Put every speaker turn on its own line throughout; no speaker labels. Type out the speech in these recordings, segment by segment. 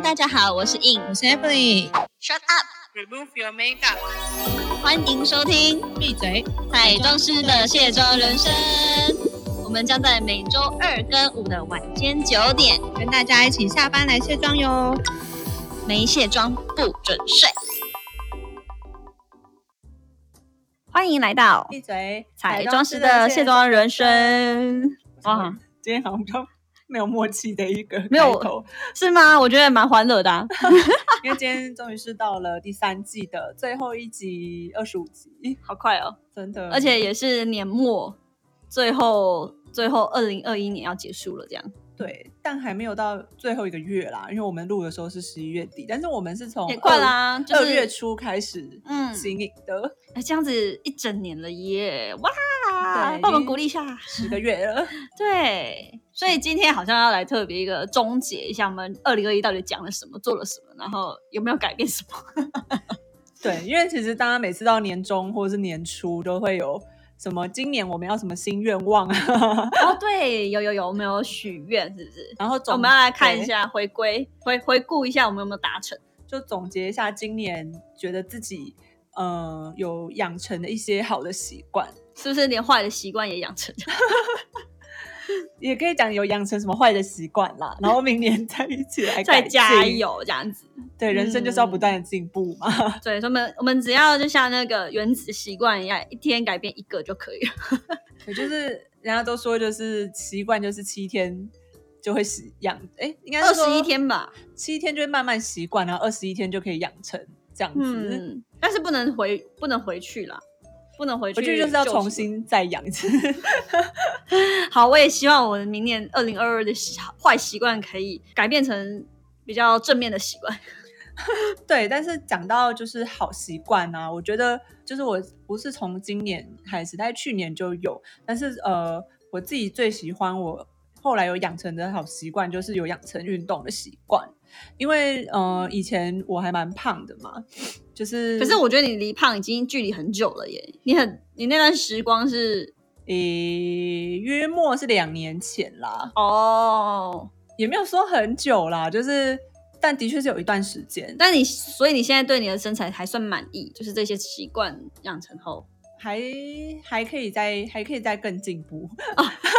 大家好，我是 In，
我是 Emily，
Shut up，
Remove your makeup，
欢迎收听《
闭嘴。
彩妆师的卸妆人生》，我们将在每周二跟五的晚间九点，
跟大家一起下班来卸妆哟。
没卸妆不准睡。欢迎来到
闭嘴！
彩妆师的卸妆人生。哇
哇，，今天好像比较没有默契的一个
没有
开头，
是吗？我觉得蛮欢乐的、啊。
因为今天终于是到了第三季的最后一集，二十五集，
好快哦！
真的，
而且也是年末，最后最后二零二一年要结束了，这样
对，但还没有到最后一个月啦，因为我们录的时候是十一月底，但是我们是从
也快啦、就
二，
是
二月初开始
嗯
经营的，
哎，这样子一整年了耶！哇
对，
帮我们
已经
鼓励一下。
十个月了，
嗯对，所以今天好像要来特别一个终结一下，我们二零二一到底讲了什么，做了什么，然后有没有改变什么？
对，因为其实大家每次到年终或者是年初都会有什么今年我们要什么新愿望啊，
哦，对，有有有，我们有许愿，是不是？
然后
我
总
们要来看一
对
下，回归回回顾一下，我们有没有达成？
就总结一下今年觉得自己呃有养成的一些好的习惯，
是不是连坏的习惯也养成？
也可以讲有养成什么坏的习惯啦，然后明年 再一起来
再
改
加
进。
油，这 样子。
对，人生就是要
嗯
不断的进步嘛。
对，所以我们我们只要就像那个原子习惯一样，一天改变一个就可以了。
也就是人家都说，就是习惯就是七天就会习养，哎，应该
二
是
十一
说
天吧，
七天就会慢慢习惯，然后二十一天就可以养成这样子。
嗯，但是不能回不能回去啦，不能回去。
我觉得就是要重。新再养一次。
好，我也希望我明年二零二二的习坏习惯可以改变成比较正面的习惯。
对，但是讲到就是好习惯啊，我觉得就是我不是从今年开始，但是去年就有，但是呃，我自己最喜欢我后来有养成的好习惯，就是有养成运动的习惯，因为呃，以前我还蛮胖的嘛，就是
可是我觉得你离胖已经距离很久了耶，你很你那段时光是
诶约莫是两年前啦，
哦，
也没有说很久啦，就是但的确是有一段时间，但
但你所以你现在对你的身材还算满意，就是这些习惯养成后。
还还可以再还可以再更进步。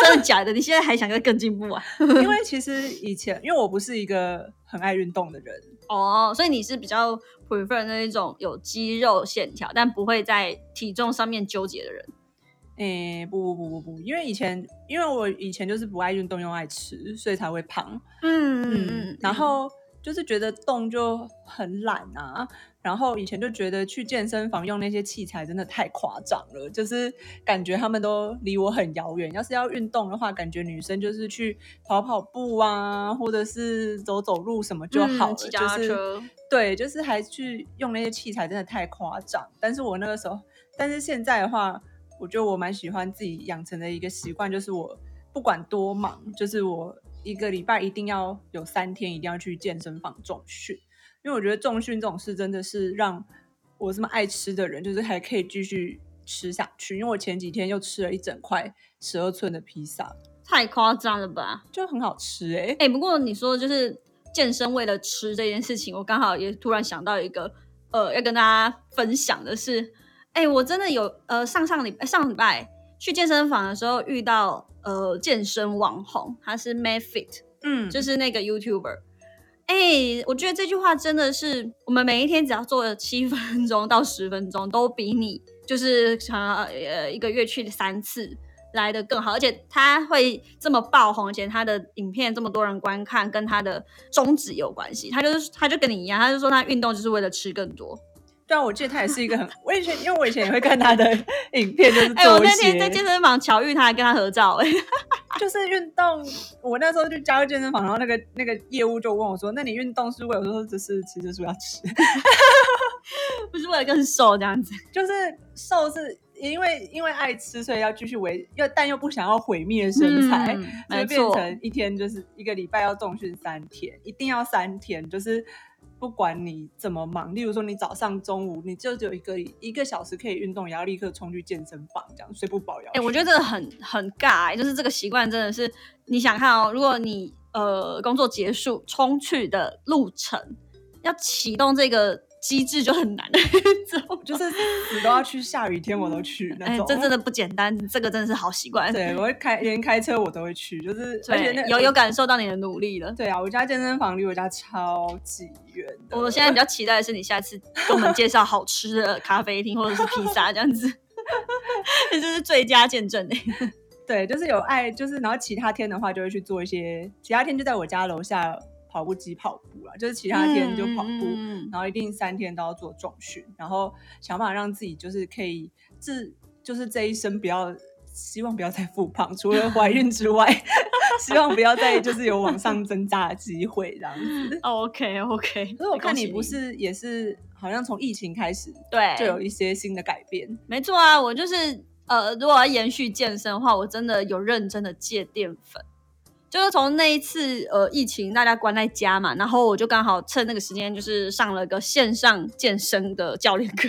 真的假的？你现在还想再更进步啊？
因为其实以前，因为我不是一个很爱运动的人，
哦，所以你是比较 prefer 那一种有肌肉线条，但不会在体重上面纠结的人。
诶、不不不不不，因为以前，因为我以前就是不爱运动又爱吃，所以才会胖。
嗯
然后就是觉得动就很懒啊，然后以前就觉得去健身房用那些器材真的太夸张了，就是感觉他们都离我很遥远。要是要运动的话，感觉女生就是去跑跑步啊，或者是走走路什么就
嗯
好了，
骑脚
就
踏
是
车
对，就是还去用那些器材，真的太夸张。但是我那个时候，但是现在的话，我觉得我蛮喜欢自己养成的一个习惯，就是我不管多忙，就是我一个礼拜一定要有三天一定要去健身房重训，因为我觉得重训这种事真的是让我这么爱吃的人，就是还可以继续吃下去。因为我前几天又吃了一整块十二寸的披萨，
太夸张了吧？
就很好吃哎、
哎、不过你说就是健身为了吃这件事情，我刚好也突然想到一个，呃，要跟大家分享的是，哎、我真的有呃上上礼拜上礼拜去健身房的时候遇到呃健身网红，他是 Mayfit，
嗯，
就是是那个 YouTuber。哎、我觉得这句话真的是，我们每一天只要做七分钟到十分钟，都比你就是呃呃一个月去三次来的更好。而且他会这么爆红，而且他的影片这么多人观看，跟他的宗旨有关系。他就是他就跟你一样，他就说他运动就是为了吃更多。
对啊，我记得他也是一个很，我以前因为我以前也会看他的影片，就是
哎、
做
我
一
那天
些
在健身房巧遇他，还跟他合照、哎，
就是运动，我那时候就加入健身房，然后那个那个业务就问我说：“那你运动是为了？”我说：“只是其实是要吃，
不是为了更瘦这样子。
就是瘦是因为因为爱吃，所以要继续维，又但又不想要毁灭身材，
嗯
所
没
以变
错，
成一天就是一个礼拜要重训三天，一定要三天，就是不管你怎么忙，例如说你早上、中午，你就只有一个一个小时可以运动，也要立刻冲去健身房，这样睡不饱也要
哎、
去。
欸我觉得这个很很尬、欸，就是这个习惯真的是，你想看哦，如果你呃工作结束冲去的路程，要启动这个机制就很难 知道吗
就是死都要去，下雨天我都去那
哎、
种。
这真的不简单，这个真的是好习惯。
对，我会开连开车我都会去，就是而且
对
那，
有有感受到你的努力了。
对啊，我家健身房离我家超级远的。
我现在比较期待的是你下次给我们介绍好吃的咖啡厅或者是披萨这样子， 这就是最佳见证 哎、
对，就是有爱，就是然后其他天的话就会去做一些，其他天就在我家楼下跑步机跑步啦，就是其他天就跑步，
嗯嗯嗯
然后一定三天都要做重训，然后想办法让自己就是可以自就是这一生不要。希望不要再复胖，除了怀孕之外， 希望不要再就是有往上增加的机会这样子。
OK OK，
嗯可是我看你不是也是好像从疫情开始
对，
就有一些新的改变，
没错啊，我就是呃，如果要延续健身的话，我真的有认真的戒淀粉。就是从那一次呃疫情大家关在家嘛，然后我就刚好趁那个时间，就是上了个线上健身的教练课。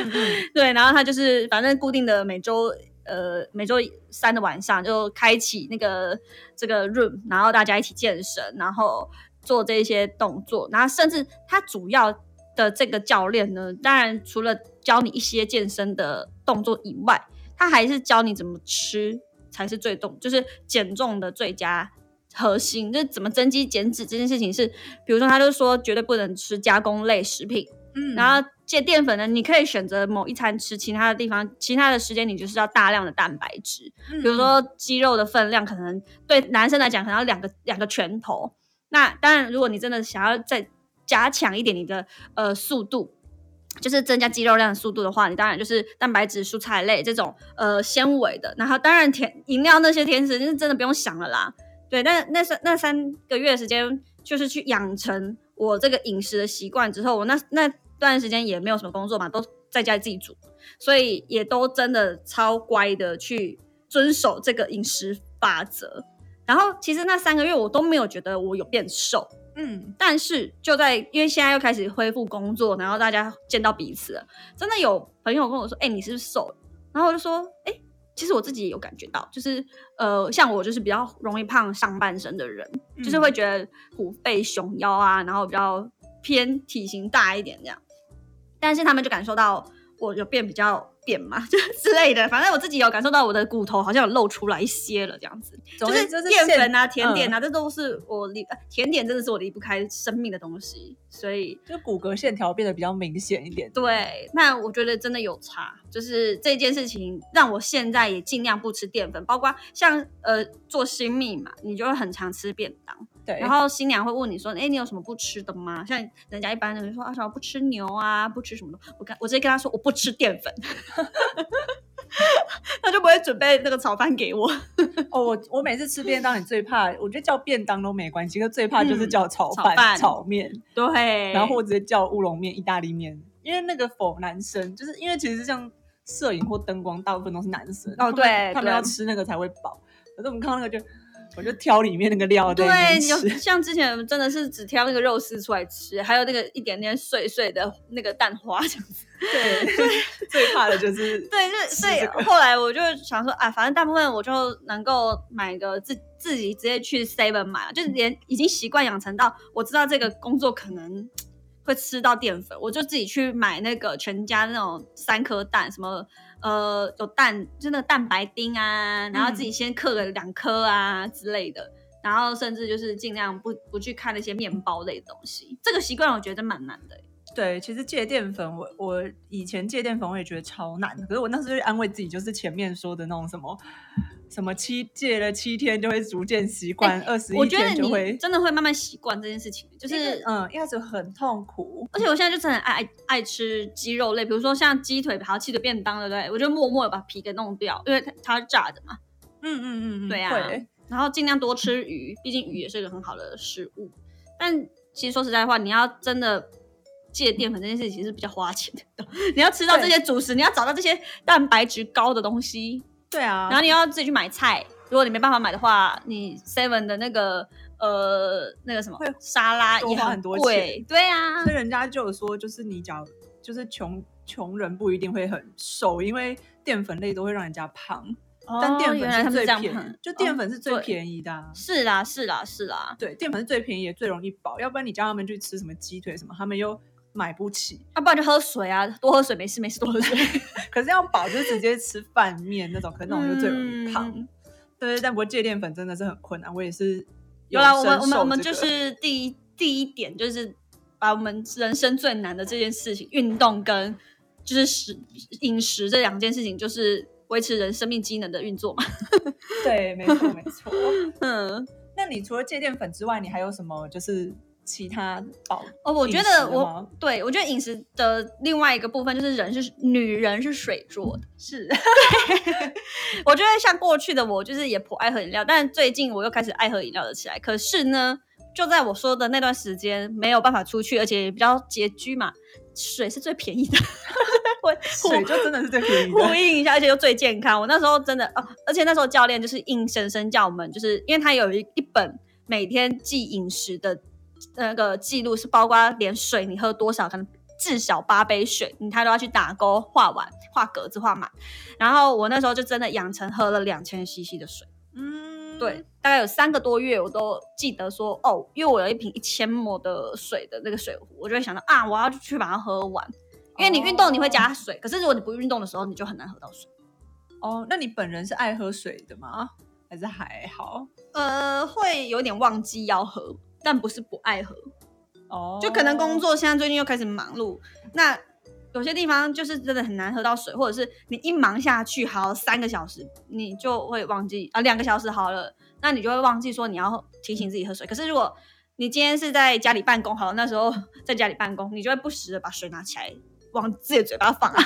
对，然后他就是反正固定的每周呃每周三的晚上就开启那个这个 room，然后大家一起健身，然后做这些动作，然后甚至他主要的这个教练呢，当然除了教你一些健身的动作以外，他还是教你怎么吃才是最重，就是减重的最佳。核心就是怎么增肌减脂这件事情是，比如说他就说绝对不能吃加工类食品，
嗯
然后戒淀粉呢，你可以选择某一餐吃，其他的地方，其他的时间你就是要大量的蛋白质，
比
比如说肌肉的分量，可能对男生来讲可能要两个两个拳头。那当然，如果你真的想要再加强一点你的呃速度，就是增加肌肉量的速度的话，你当然就是蛋白质、蔬菜类这种呃纤维的，然后当然甜饮料那些甜食就是真的不用想了啦。对，但那三那三个月的时间，就是去养成我这个饮食的习惯之后，我那那段时间也没有什么工作嘛，都在家里自己煮，所以也都真的超乖的去遵守这个饮食法则。然后其实那三个月我都没有觉得我有变瘦，
嗯
但是就在因为现在又开始恢复工作，然后大家见到彼此了，真的有朋友跟我说：“哎、你是不是瘦了？”然后我就说：“哎、其实我自己也有感觉到，就是呃，像我就是比较容易胖上半身的人，
嗯
就是会觉得虎背熊腰啊，然后比较偏体型大一点这样。但是他们就感受到我有变比较扁嘛， 就是之类的。反正我自己有感受到我的骨头好像有露出来一些了，这样子。
总
就
之
是
就是
淀
现嗯
粉啊、甜点啊，这都是我离呃甜点真的是我离不开生命的东西。所以
就骨骼线条变得比较明显一点。，
对，那我觉得真的有差，就是这件事情让我现在也尽量不吃淀粉，包括像呃做新密嘛，你就会很常吃便当。
对，
然后新娘会问你说：“哎，你有什么不吃的吗？”像人家一般人说啊，什么不吃牛啊，不吃什么的。我跟我直接跟他说我不吃淀粉， 他就不会准备那个炒饭给我。
哦，我我每次吃便当，你最怕，我觉得叫便当都没关系，可最怕就是
嗯
叫炒
炒
饭、
饭
炒面，
对，
然后或者叫乌龙面、意大利面，因为那个否男生，就是因为其实像摄影或灯光，大部分都是男生，
哦
他们
对
他们要
对
吃那个才会饱。可是我们看到那个就，我就挑里面那个料在那
对，
边
有
吃，
像之前真的是只挑那个肉丝出来吃，还有那个一点点碎碎的那个蛋花这样子。
对， 最怕的就是
对，就
吃
所以
这个
后来我就想说啊，反正大部分我就能够买个自自己直接去 Seven 买了，啊就是连已经习惯养成到我知道这个工作可能会吃到淀粉，我就自己去买那个全家那种三颗蛋什么。呃，有蛋，就那个蛋白丁啊，然后自己
嗯
先刻个两颗啊之类的，然后甚至就是尽量不不去看那些面包类的东西。这个习惯我觉得蛮难的欸、
对，其实戒淀粉我，我以前戒淀粉我也觉得超难，可是我那时候就安慰自己，就是前面说的那种什么什么七戒了七天就会逐渐习惯，二十
我
一
觉得
天就会
你，真的会慢慢习惯这件事情，就
就是嗯一开始很痛苦，
而且我现在就真的很爱爱爱吃鸡肉类，比如说像鸡腿好鸡腿便当，对不对？我就默默地把皮给弄掉，因为它它是炸的嘛。
嗯嗯嗯嗯，
对啊
会
然后尽量多吃鱼，毕竟鱼也是一个很好的食物。但其实说实在话，你要真的戒淀粉这件事情是比较花钱的， 你要吃到这些主食，你要找到这些蛋白质高的东西，
对啊，
然后你要自己去买菜。如果你没办法买的话，你 Seven 的那个呃那个什么
会
沙拉
多
也
花
很
很多
贵，对啊，
所以人家就有说，就是你假如就是穷穷人不一定会很瘦，因为淀粉类都会让人家胖，但淀
哦原
粉
来他们
是最
这样
便
判
宜，就淀粉是最
对
便宜的啊、
是啦，是啦，是啦，
对，淀粉是最便宜也最容易饱，要不然你叫他们去吃什么鸡腿什么，他们又买不起。
要、不然就喝水啊，多喝水，没事没事，多喝水。
可是要饱就直接吃饭面那种，可是 那种就最容易胖。
嗯
对，但不过戒淀粉真的是很困难，我也是
有啦，
深
我们我
受
们我们
这
就
个
是第一第一点就是把我们人生最难的这件事情，运动跟就是食饮食这两件事情，就是维持人生命机能的运作嘛。
对，没错没错。
嗯，
那你除了戒淀粉之外，你还有什么就是其他饱？
哦，我觉
饮食
得
了
我
吗
对我觉得饮食的另外一个部分就是人是女人是水做的，
是
我觉得像过去的我，就是也颇爱喝饮料，但最近我又开始爱喝饮料了起来。可是呢，就在我说的那段时间，没有办法出去，而且也比较拮据嘛，水是最便宜的。我
水就真的是最便宜
呼
的。
应一下，而且又最健康。我那时候真的，哦，而且那时候教练就是硬生生叫我们，就是因为他有一一本每天记饮食的呃那个记录，是包括连水你喝多少，可能至少八杯水，你他都要去打勾、画完、画格子、画满。然后我那时候就真的养成喝了两千 CC 的水，
嗯，
对，大概有三个多月，我都记得说，哦，因为我有一瓶一千模的水的那个水壶，我就会想到啊，我要去把它喝完。因为你运动你会加水，可是如果你不运动的时候，你就很难喝到水。
哦。那你本人是爱喝水的吗？还是还好？
呃，会有点忘记要喝，但不是不爱喝，
哦，
就可能工作现在最近又开始忙碌，那有些地方就是真的很难喝到水，或者是你一忙下去，好三个小时，你就会忘记啊，两个小时好了，那你就会忘记说你要提醒自己喝水。可是如果你今天是在家里办公，好了，那时候 在家里办公，你就会不时的把水拿起来往自己的嘴巴放、啊。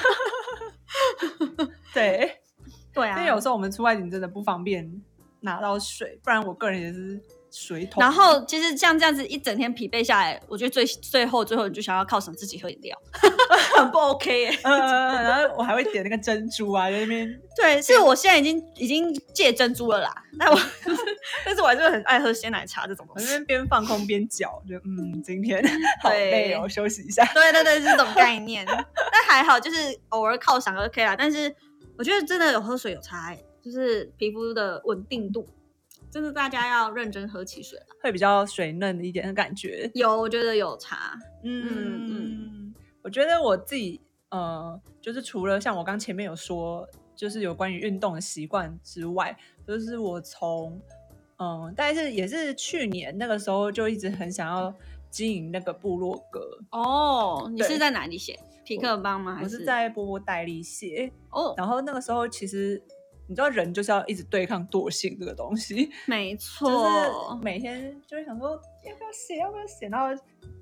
对。
对
因
啊，
为有时候我们出外景真的不方便拿到水，不然我个人也是水桶。
然后其实像这样子一整天疲惫下来，我觉得最最后最后你就想要犒赏自己喝饮料，很 不 OK 耶、
呃，然后我还会点那个珍珠啊，在那边
对，是我现在已经已经戒珍珠了啦， 但我 但是我还是很爱喝鲜奶茶这种
我
东
在
西
那。边边放空边嚼，就嗯，今 天好
对
累哦，休息一下。
对对对，是这种概 念。但还好，就是偶尔犒赏 OK 啦。但是我觉得真的有喝水有差、欸，就是皮肤的稳定度，真的大家要认真喝起水啦。
会比较水嫩一点的感觉。
有，我觉得有差。
嗯嗯嗯，我觉得我自己呃，就是除了像我刚前面有说，就是有关于运动的习惯之外，就是我从嗯、呃但是也是去年那个时候就一直很想要经营那个部落格。
哦，你
对
是在哪里写？皮克邦吗？还
我是在波波代理写，
哦，
然后那个时候其实嗯你知道人就是要一直对抗惰性这个 东西，
没
就是
错，
每天就会想说要不要写，要不要写，然后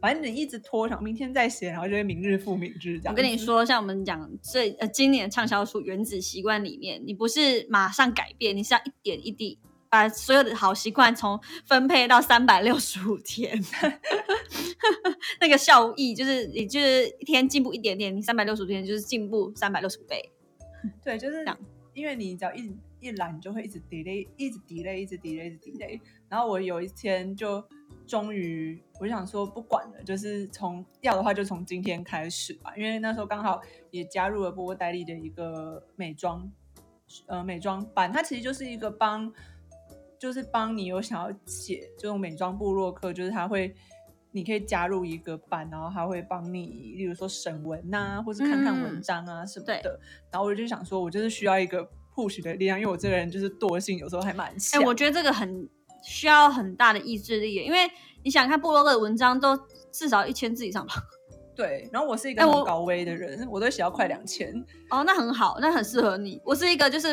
反正你一直拖，想明天再写，然后就会明日复明日这
我
样。
跟你，说，像我们讲这呃今年畅销书《原子习惯》里面，你不是马上改变，你是要一点一滴把所有的好习惯从分配到三百六十五天， 那个效益就是你就是一天进步一点点，你三百六十五天就是进步三百六十倍。
对，就是
这样
因为你只要一一懒，你就会一直 delay，一直 delay，一直 delay，一直 delay。然后我有一天就终于，我就想说不管了，就是从要的话就从今天开始吧，因为那时候刚好也加入了波波代理的一个美妆，呃，美妆班，它其实就是一个帮，就是帮你有想要写这种美妆部落客，就是它会。你可以加入一个班，然后它会帮你，例如说审文呐、或是看看文
嗯
章啊什么
对
的。然后我就想说，我就是需要一个 push 的力量，因为我这个人就是惰性，有时候还蛮
哎、
强。
我觉得这个很需要很大的意志力，因为你想看布洛克的文章都至少一千字以上吧。
对，然后我是一个
哎
很
我
高危的人，我都写到快两千。
哦，那很好，那很适合你。我是一个就是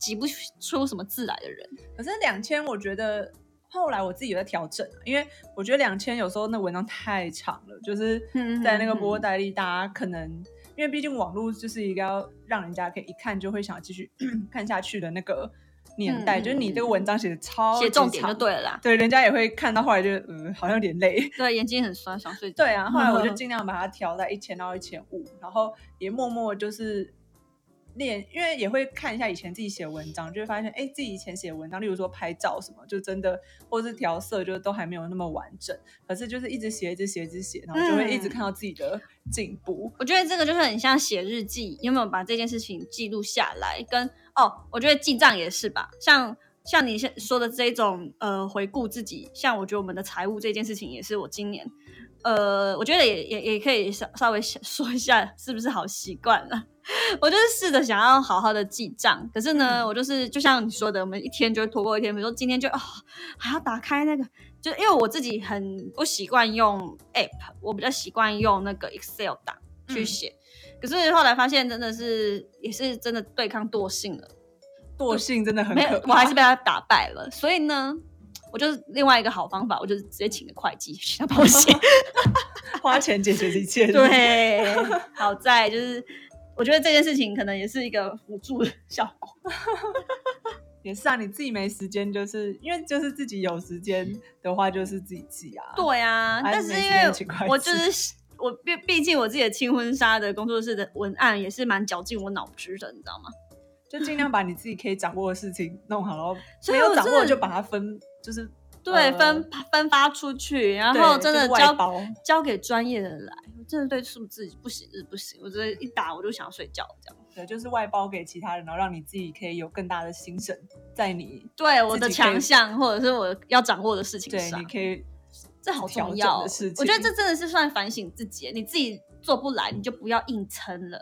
挤不出什么字来的人。
可是两千，我觉得后来我自己有在调整啊，因为我觉得两千有时候那文章太长了，就是
嗯
在那个
嗯嗯
波代力，大家可能。因为毕竟网络就是一个要让人家可以一看就会想要继续 看下去的那个年代，
嗯嗯
就是你这个
嗯
文章写的超
写
级
重点就
长，
对了啦。
对，人家也会看到后来就嗯，好像有点累，
对，眼睛很酸，想睡觉。
对啊，后来我就尽量把它调在一千到一千五，然后也默默就是练，因为也会看一下以前自己写文章，就会发现，哎，自己以前写文章，例如说拍照什么，就真的或是调色，就都还没有那么完整。可是就是一直写，一直写，一直写，然后就会一
嗯
直看到自己的进步。
我觉得这个就是很像写日记，有没有把这件事情记录下来？跟哦，我觉得记账也是吧，像像你现说的这种呃回顾自己，像我觉得我们的财务这件事情也是我今年呃，我觉得也也也可以稍稍微 说一下是不是好习惯了。 我就是试着想要好好的记账，可是
嗯
呢，我就是就像你说的，我们一天就会拖过一天。比如说今天就哦，还要打开那个，就因为我自己很不习惯用 App，我比较习惯用那个 Excel 档
嗯
去写。可是后来发现，真的是也是真的对抗惰性了，
惰性真的很
没有
可，
我
怕。
还是被他打败了。所以呢，我就是另外一个好方法，我就是直接请个会计去帮我写。
花钱解决一切。是不 是，
对，好在就是我觉得这件事情可能也是一个辅助的效果。
也是啊，你自己没时间，就是因为就是自己有时间的话，就是自己记啊。
对啊，
还
但
是
是
没时
因
间去会
为我就
计
是我毕毕竟我自己的轻婚纱的工作室的文案也是蛮绞尽我脑汁的，你知道吗？
就尽量把你自己可以掌握的事情弄好，然后
所
没
以
有
我
掌
真
握
的
就把它分，就是
对，
呃
分分发出去，然
对
后真
就
的
是外
交
包
交给专业的人来，我真的对数字不行是不行，我真的一打我就想要睡觉这样。
对，就是外包给其他人，然后让你自己可以有更大的心神在你
对我的
自己可以
强项或者是我要掌握的事情
对，
上
你，可以
这好重
调整
要
的
哦。
事
我觉得
情
这真的是算反省自己，你自己做不来你就不要硬撑了。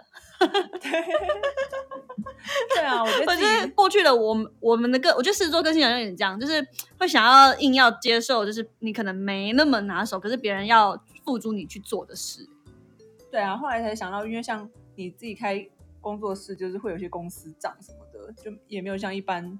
对啊，我觉得
我
自
觉得
己
过去的我们，我们的个，我觉得狮子座个性好像有点这样，就是会想要硬要接受，就是你可能没那么拿手，可是别人要付诸你去做的事。
对啊，后来才想到，因为像你自己开工作室，就是会有一些公司账什么的，就也没有像一般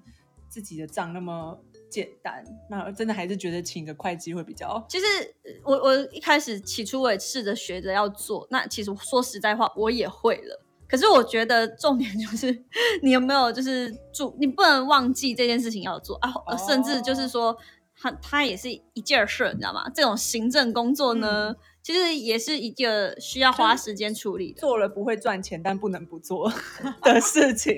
自己的账那么简单。那真的还是觉得请个会计会比较
其实呃我我一开始起初我也试着学着要做，那其实说实在话我也会了。可是我觉得重点就是 你有没有就是注，你不能忘记这件事情要做啊，呃
哦
甚至就是说它它也是一件事，你知道吗？这种行政工作呢，
嗯
其实也是一个需要花时间处理的。
做了不会赚钱，但不能不做的事情。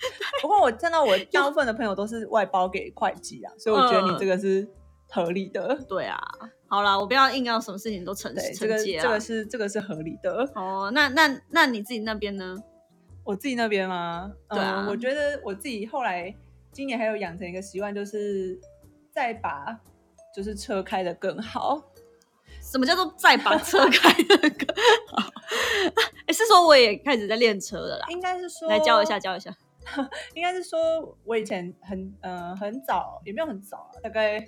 不过我看到我大部分的朋友都是外包给会计啊，所以我觉得你
嗯
这个是合理的。
对啊，好啦，我不要硬要什么事情都承
对，这
承
个
接
这
啊。
个是这个是合理的。
哦，那那那你自己那边呢？
我自己那边吗？
对啊
嗯，我觉得我自己后来今年还有养成一个习惯，就是再把就是车开得更好。
什么叫做再把车开那 个？哎、是说我也开始在练车了啦。
应该是说
来教一下，，教一下。
应该是说我以前很呃很早，也没有很早啊，大概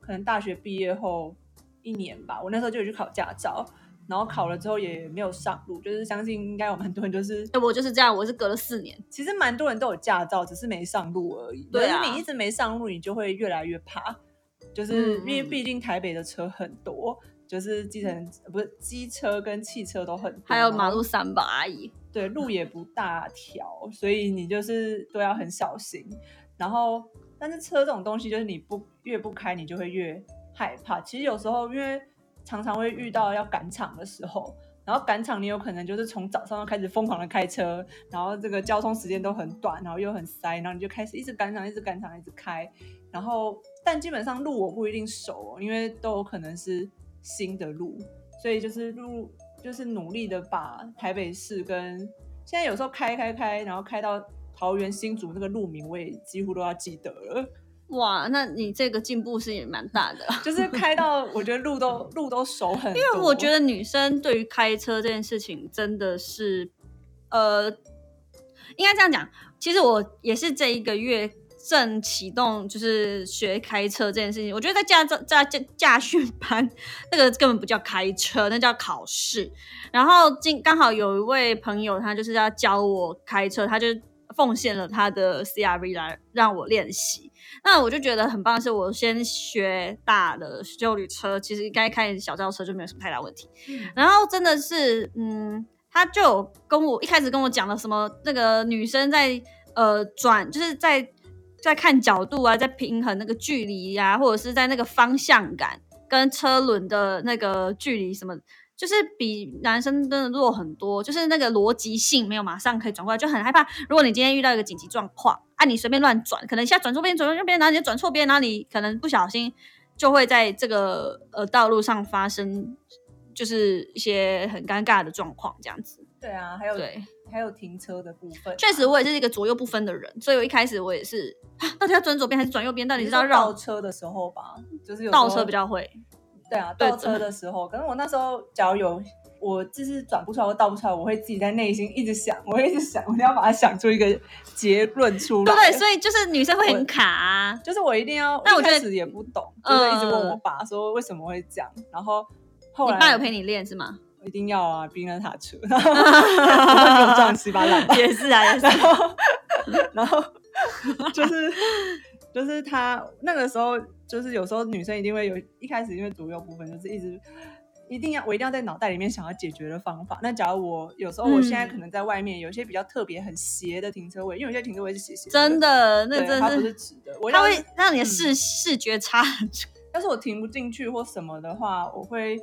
可能大学毕业后一年吧，我那时候就有去考驾照，然后考了之后也没有上路，就是相信应该有蛮多人就是
哎、我就是这样，我是隔了四年。
其实蛮多人都有驾照，只是没上路而已。
对啊
可是你一直没上路，你就会越来越怕，就是
嗯
因为
嗯
毕竟台北的车很多，就是计程呃不是机车跟汽车都很多，
还有马
然后
路三宝阿姨，
对路也不大条，所以你就是都要很小心。然后，但是车这种东西，就是你不越不开，你就会越害怕。其实有时候，因为常常会遇到要赶场的时候，然后赶场你有可能就是从早上就开始疯狂的开车，然后这个交通时间都很短，然后又很塞，然后你就开始一直赶场，一直赶场，一直开。然后，但基本上路我不一定熟、哦，因为都有可能是新的路，所以就是路就是努力的把台北市跟现在有时候开开开，然后开到桃园新竹那个路名，我也几乎都要记得了。
哇，那你这个进步是也蛮大的。
就是开到我觉得路都路都熟很多，因
因为我觉得女生对于开车这件事情真的是，呃，应该这样讲。其实我也是这一个月正启动，就是学开车这件事情。我觉得在驾照驾驾驾训班，那个根本不叫开车，那叫考试。然后今刚好有一位朋友，他就是要教我开车，他就奉献了他的 CRV 来让我练习。那我就觉得很棒，是我先学大的修旅车，其实应该开小轿车就没有什么太大问题。然后真的是，嗯，他就有跟我一开始跟我讲了什么那个女生在呃转，就是在在看角度啊，在平衡那个距啊离呀、或者是在那个方向感跟车轮的那个距离什么。就是比男生真的弱很多，就是那个逻辑性没有马上可以转过来，就很害怕。如果你今天遇到一个紧急状况，啊，你随便乱转，可能一下转左边，转右边，然后你就转错边，然后你可能不小心就会在这个呃道路上发生，就是一些很尴尬的状况这样子。
对啊，还有
对，
还有停车的部分，啊
确实我也是一个左右不分的人，所以我一开始我也是啊，到底要转左边还是转右边？到底
你
是
知
要
道
绕
绕车的时候吧，就是有时候
倒车比较会？
对啊，
对
倒车的时候，可能我那时候假如有我就是转不出来或倒不出来，我会自己在内心一直想，我会一直想，我一定要把它想出一个结论出来。
对不对？所以就是女生会很卡啊、
就是我一定要，
但我觉得嗯
一开始也不懂，就是一直问我爸说为什么会这样，然后后
你
来
爸有陪你练是吗？
一定要啊，冰了他 车，然后然后就这样稀巴烂吧，
也是啊，也是
然后然后 就是 就是他那个时候，就是有时候女生一定会有一开始因为左右部分，就是一直一定要我一定要在脑袋里面想要解决的方法。那假如我有时候我现在
嗯
可能在外面有一些比较特别很斜的停车位，因为有些停车位是斜斜
真的，那
对
真
它
的
不
是
是直的，我
它
要
会让你的
嗯
视、视觉差很多。
要是我停不进去或什么的话，我会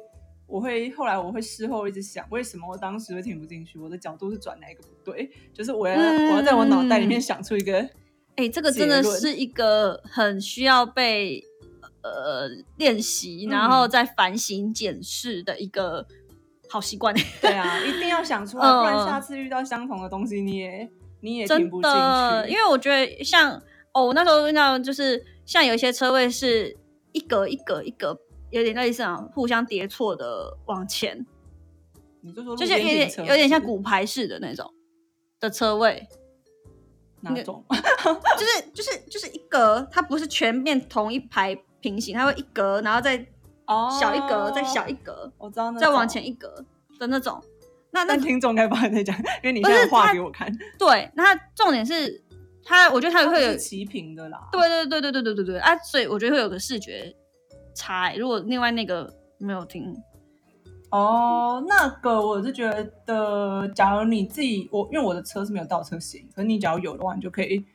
我会后来我会事后一直想，为什么我当时会停不进去？我的角度是转哪一个不对？ 就是我要、我要在我脑袋里面想出一个，
嗯哎、这个真的
结论
是一个很需要被呃练习，
嗯
然后再反省检视的一个好习 惯。
对啊，一定要想出来，
嗯
不然下次遇到相同的东西，你也你也停
真
不进
的，
去，
因为我觉得像哦，我那时候遇到就是像有一些车位是一格一格一格，有点类似啊互相叠错的往前，
你就说
就
路
是有
边
点
停车
有点像
是
骨牌式的那种的车位，
哪种？
就是就是就是一格，它不是全面同一排平行，它会一格，然后再
哦
小一格，再小一，格，
我知道那
再往前
种。
一格的那种。那那
但听众该不会在讲，因为你
不
现
是
在画
它
给我看，
对，那它重点是它，我觉得它
它
会有
是齐平的啦。
对对对对对对对对啊，所以我觉得会有个视觉差、欸。如果另外那个没有听，
哦，那个我是觉得，假如你自己，我因为我的车是没有倒车行，可是你假如有的话，你就可以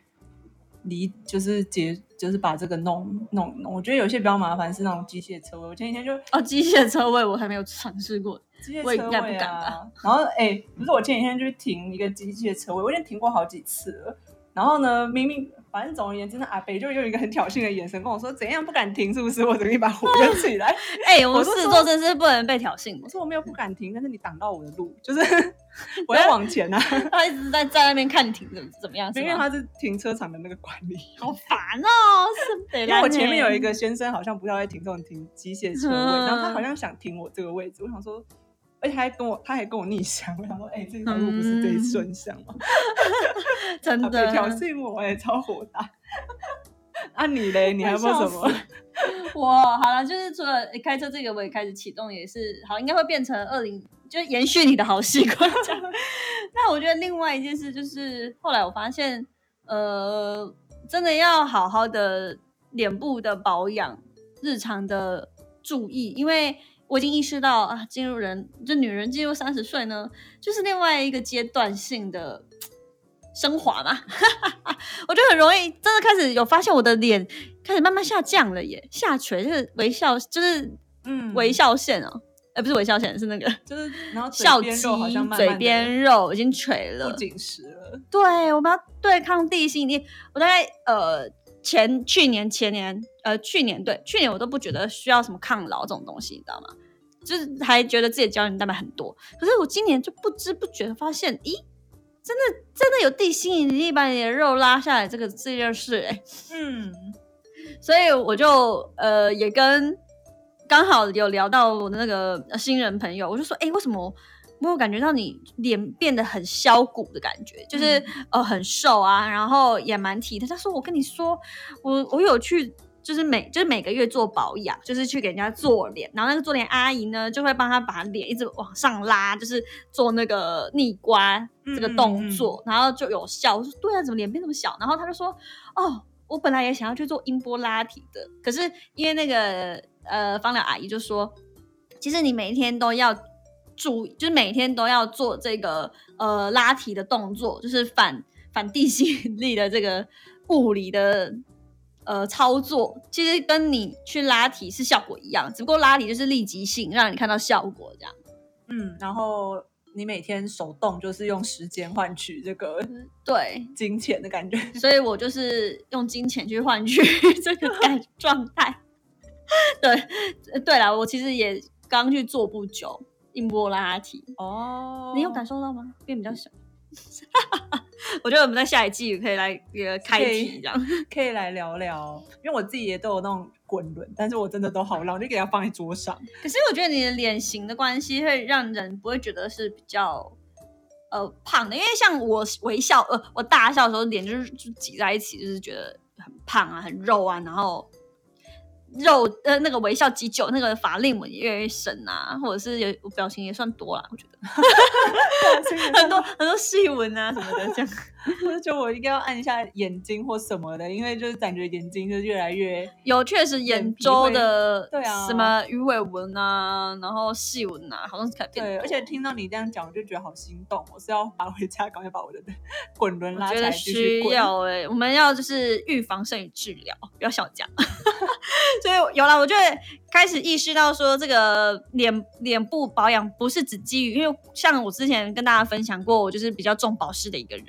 离，就是解，就是把这个弄弄弄。我觉得有些比较麻烦是那种机械车位，我前几天就
哦，机械车位我还没有尝试过。
机械
我也
车
应该不
位
敢
啊，然后哎、不是我前几天去停一个机械车位，我已经停过好几次了。然后呢，明明反正总而言之，那阿北就用一个很挑衅的眼神跟我说：“怎样不敢停？是不是？”我整一把火就起来，
哎、我们
我就
狮子
说
座真是不能被挑衅
我
的，
说我没有不敢停，但是你挡到我的路，就是 我要往前啊。
他一直在在那边看你停怎么怎么样，是
因为
吗？
他是停车场的那个管理。
好烦哦、是北
因
兰、欸。
为我前面有一个先生，好像不知道在停这种停机械车位，
嗯
然后他好像想停我这个位置，我想说，而且他还跟我，他还跟我逆向，我想说，哎、这条路不是最顺向吗？
嗯真
他被
的
挑衅我、哎，超火大。啊你嘞，你还有没有什么
我？ 哇，好了，就是除了开车这个，我也开始启动，也是好，应该会变成二零，就是延续你的好习惯这样。那我觉得另外一件事就是，后来我发现，呃，真的要好好的脸部的保养，日常的注意，因为我已经意识到啊，进入人就女人进入三十岁呢，就是另外一个阶段性的升华嘛。 我就很容易真的开始有发现我的脸开始慢慢下降了耶，下垂，就是微笑，就是
嗯
微，笑线哦、呃，不是微笑线，是那个
就是然后哦嘴
笑肌
边肉好像慢慢地
嘴边肉已经垂
不
了。
紧实了，
对，我们要对抗地心引力。我大概呃前去年前年呃去年对去年我都不觉得需要什么抗老这种东西，你知道吗？就是还觉得自己的胶原蛋白很多，可是我今年就不知不觉地发现，咦，真的真的有地心引力把你的肉拉下来这个这件事、欸，
嗯，
所以我就呃也跟刚好有聊到我的那个呃新人朋友，我就说，哎、为什么我有感觉到你脸变得很削骨的感觉，就是、呃很瘦啊，然后也蛮体态。他说，我跟你说，我我有去。就是每就是每个月做保养，就是去给人家做脸，然后那个做脸阿姨呢，就会帮她把脸一直往上拉，就是做那个逆刮这个动作，然后就有效。我说对啊，怎么脸变那么小？然后他就说，哦，我本来也想要去做音波拉提的，可是因为那个呃芳疗阿姨就说，其实你每一天都要注意，就是每天都要做这个呃拉提的动作，就是反反地心引力的这个物理的。呃，操作其实跟你去拉提是效果一样，只不过拉提就是立即性，让你看到效果这样。
嗯，然后你每天手动就是用时间换取这个
嗯对，
金钱的感觉。
所以我就是用金钱去换取 这个感状态。对，对了，我其实也刚去做不久，硬波拉提，
哦，
你有感受到吗？变比较小。 我觉得我们在下一季可以来一个开题这样。
可以来聊聊，因为我自己也都有那种滚轮，但是我真的都好浪，就给它放在 桌上。
可是我觉得你的脸型的关系，会让人不会觉得是比较呃胖的，因为像我微笑，呃，我大笑的时候脸就是就挤在一起，就是觉得很胖啊，很肉啊，然后肉呃那个微笑挤久，那个法令纹也越来越深啊，或者是有我表情也算多啊了，我觉得
啊
很多很多细纹啊什么的这样。
我就觉得我应该要按一下眼睛或什么的，因为就是感觉眼睛就越来越
有确实眼
眼皮
周
会
的
对啊
什么鱼尾纹啊，然后细纹啊，好像是改变
对，
多
而且听到你这样讲，我就觉得好心动，我是要拿回家，赶快把我的滚轮
我
拉
觉
起
得
来继续
需
滚。
要哎、我们要就是预防胜于治疗，不要小讲。 所以有了，我就开始意识到说，这个脸脸部保养不是只基于，因为像我之前跟大家分享过，我就是比较重保湿的一个人。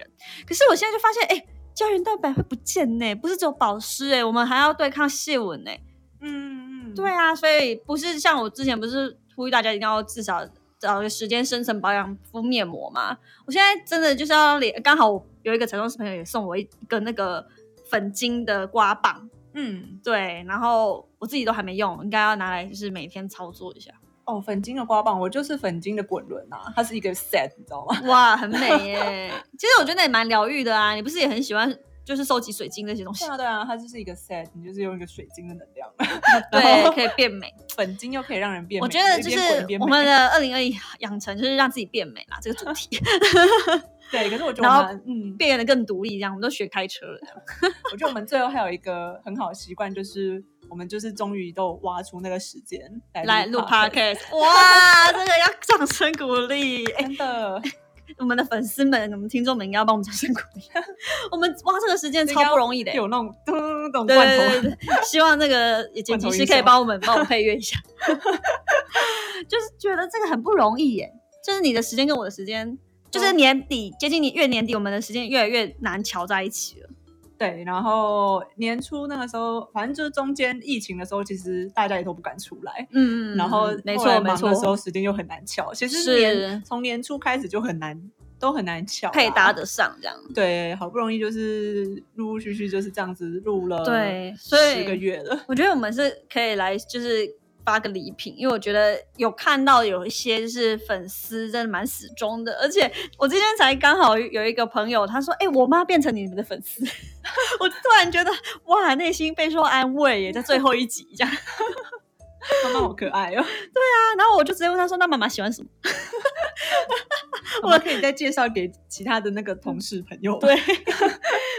可是我现在就发现，哎、胶原蛋白会不见呢、不是只有保湿哎、我们还要对抗细纹哎。
嗯嗯，
对啊，所以不是像我之前不是呼吁大家一定要至少找个时间深层保养敷面膜嘛？我现在真的就是要脸，刚好我有一个彩妆师朋友也送我一个那个粉晶的刮棒，
嗯，
对，然后我自己都还没用，应该要拿来就是每天操作一下。
哦，粉晶的刮棒，我就是粉晶的滚轮啊，它是一个 set，你知道吗？
哇，很美耶！ 其实我觉得也蛮疗愈的啊，你不是也很喜欢就是收集水晶这些东西
对？啊对啊，它就是一个 set，你就是用一个水晶的能量， 然
对，
后
可以变美。
粉晶又可以让人变美。
我觉得
一
就
边
是
滚一边
我
美
们的二零二一养成就是让自己变美啦，这个主题。
对，可是我觉得
然后
我们嗯，
变得更独立，这样我们都学开车了。这样
我觉得我们最后还有一个很好的习惯，就是我们就是终于都挖出那个时间来
来录
podcast
podcast，哇，这 个要掌声鼓励！哎、
真的，
我们的粉丝们、我们听众们应该要帮我们掌声鼓励。 我们哇，这个时间超不容易的、欸
有那种咚咚
对
罐
对对
头，
对，对希望那个剪辑师可以帮我们帮我们配乐一下。 就是觉得这个很不容易耶，就是你的时间跟我的时间，就是年底接近你越年底，我们的时间越来越难瞧在一起了。
对。然后年初那个时候，反正就是中间疫情的时候，其实大家也都不敢出来。
嗯，嗯嗯
然后
没
后来
错没
忙的时候
错，
时间又很难巧，其实
是
年从年初开始就很难，都很难巧、
配搭。得上这样。
对，好不容易就是陆陆续续就是这样子录了，
对所以
十个月了，
我觉得我们是可以来就是发个礼品，因为我觉得有看到有一些就是粉丝真的蛮死忠的，而且我今天才刚好有一个朋友，他说：“哎、我妈变成你们的粉丝。”我突然觉得哇，内心备受安慰耶，在最后一集这样。
妈妈好可爱哦。
然后我就直接问他说：“那妈妈喜欢什么
我们可以再介绍给其他的那个同事朋友。？”
对，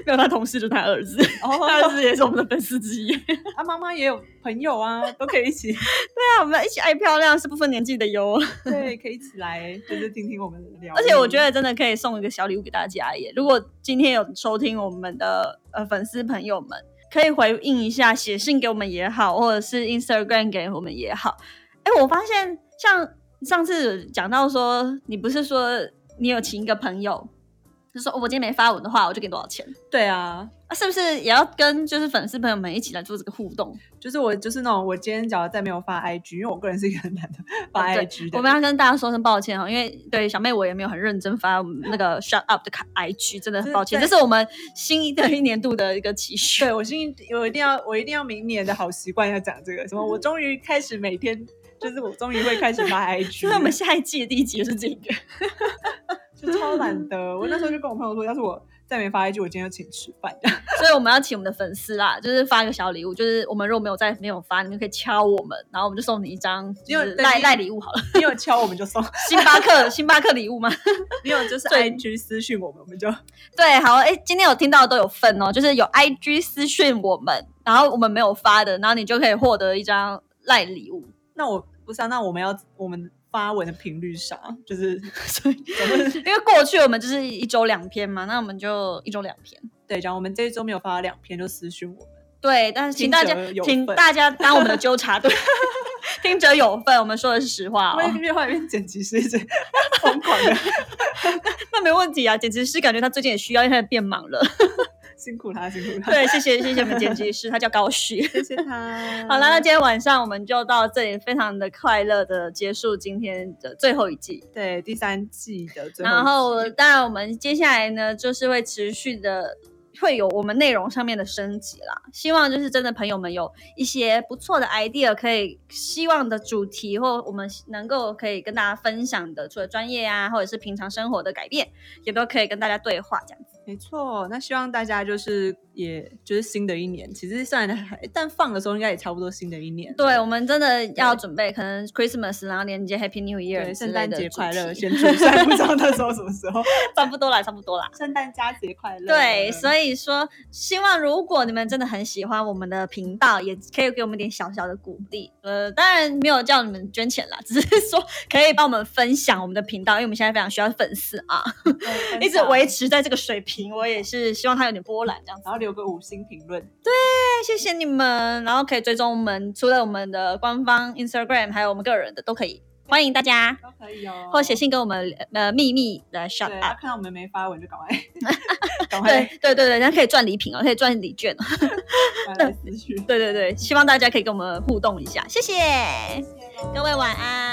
没有他同事就是他儿子，他儿
哦，
子也是我们的粉丝之一。 对
啊，妈妈也有朋友啊，都可以 一起，
啊，我们一起爱漂亮是不分年纪的哟。
对，可以一起来，就是听听我们的聊。
而且我觉，得真的可以送一个小礼物给大家耶！如果今天有收听我们的呃粉丝朋友们，可以回应一下，写信给我们也好，或者是 Instagram 给我们也好。哎，我发现像上次讲到说，你不是说你有请一个朋友，就说、哦我今天没发文的话，我就给你多少钱？
对啊，
啊，是不是也要跟就是粉丝朋友们一起来做这个互动？
就是我就是那种，我今天假如再没有发 IG，因为我个人是一个很懒得发
哦对
IG 的。
我们要跟大家说声抱歉哈，哦因为对小妹我也没有很认真发我们那个 shut up 的卡 IG，真的很抱歉，这
就是
是我们新的一年度的一个期许。
对我心，我一定要，我一定要明年的好习惯要讲这个什么，我终于开始每天，就是我终于会开始发 IG
所以
了。
我们下一季的第一集就是这个，
就超懒得，我那时候就跟我朋友说，要是我再没发 IG，我今天就请吃饭。
所以我们要请我们的粉丝啦，就是发一个小礼物，就是我们如果没有在没有发，你们可以敲我们，然后我们就送你一张
因为
就是
对
赖
因为
赖礼物好了，
你有敲我们就送，
星巴克星巴克礼物吗？
你有就是
对
IG 私讯我们，我们就
对，好，哎，今天有听到的都有份哦，就是有 IG 私讯我们，然后我们没有发的，然后你就可以获得一张赖礼物。
那我不是、啊，那我们要我们发文的频率少，就是
所以
总不能
因为过去我们就是一周两篇嘛，那我们就一周两篇。
对，讲我们这一周没有发两篇，就私讯我们。
对，但是请大家
听者有
请
份
大家当我们的纠察队， 听者有份，我们说的是实话
因
哦
为。越画面剪辑师一直 疯狂的
那没问题啊，剪辑师感觉他最近也需要，因为他变忙了。
辛苦他，辛苦他，
对，谢谢谢谢我们剪辑师，他叫高 旭。
谢谢他。
好啦，那今天晚上我们就到这里，非常的快乐的结束今天的最后一季。
对第三季的最后一集，
然后，当然我们接下来呢，就是会持续的会有我们内容上面的升级啦。希望就是真的朋友们有一些不错的 idea，可以希望的主题或我们能够可以跟大家分享的，除了专业啊，或者是平常生活的改变，也都可以跟大家对话这样子。
没错，那希望大家就是也就是新的一年，其实虽然还但放的时候应该也差不多新的一年。
对，我们真的要准备，可能 Christmas，然后年节 Happy New Year，
对，
之
圣
类
诞
的
节
主
快乐，
题
先祝，虽然不知道那时候什么时候。
差不多啦，差不多啦。
圣诞佳节快乐！
对，所
以
以说，希望如果你们真的很喜欢我们的频道，也可以给我们一点小小的鼓励。呃，当然没有叫你们捐钱啦， 只是说可以帮我们分享我们的频道，因为我们现在非常需要粉丝啊，一直维，持在这个水平，我也是希望它有点波澜这样子。
然后留个五星评论。
哎谢谢你们，然后可以追踪我们，除了我们的官方 Instagram，还有我们个人的都可以，欢迎大家。
都可以哦，
或写信跟我们呃秘密的 shut
对，他
up，
看到我们没发文 就赶快，赶
对
快
对对对，人家可以赚礼品哦，可以赚礼券哦。
赶快来私讯。
对对对，希望大家可以跟我们互动一下，谢谢
谢谢咯
各位，晚安。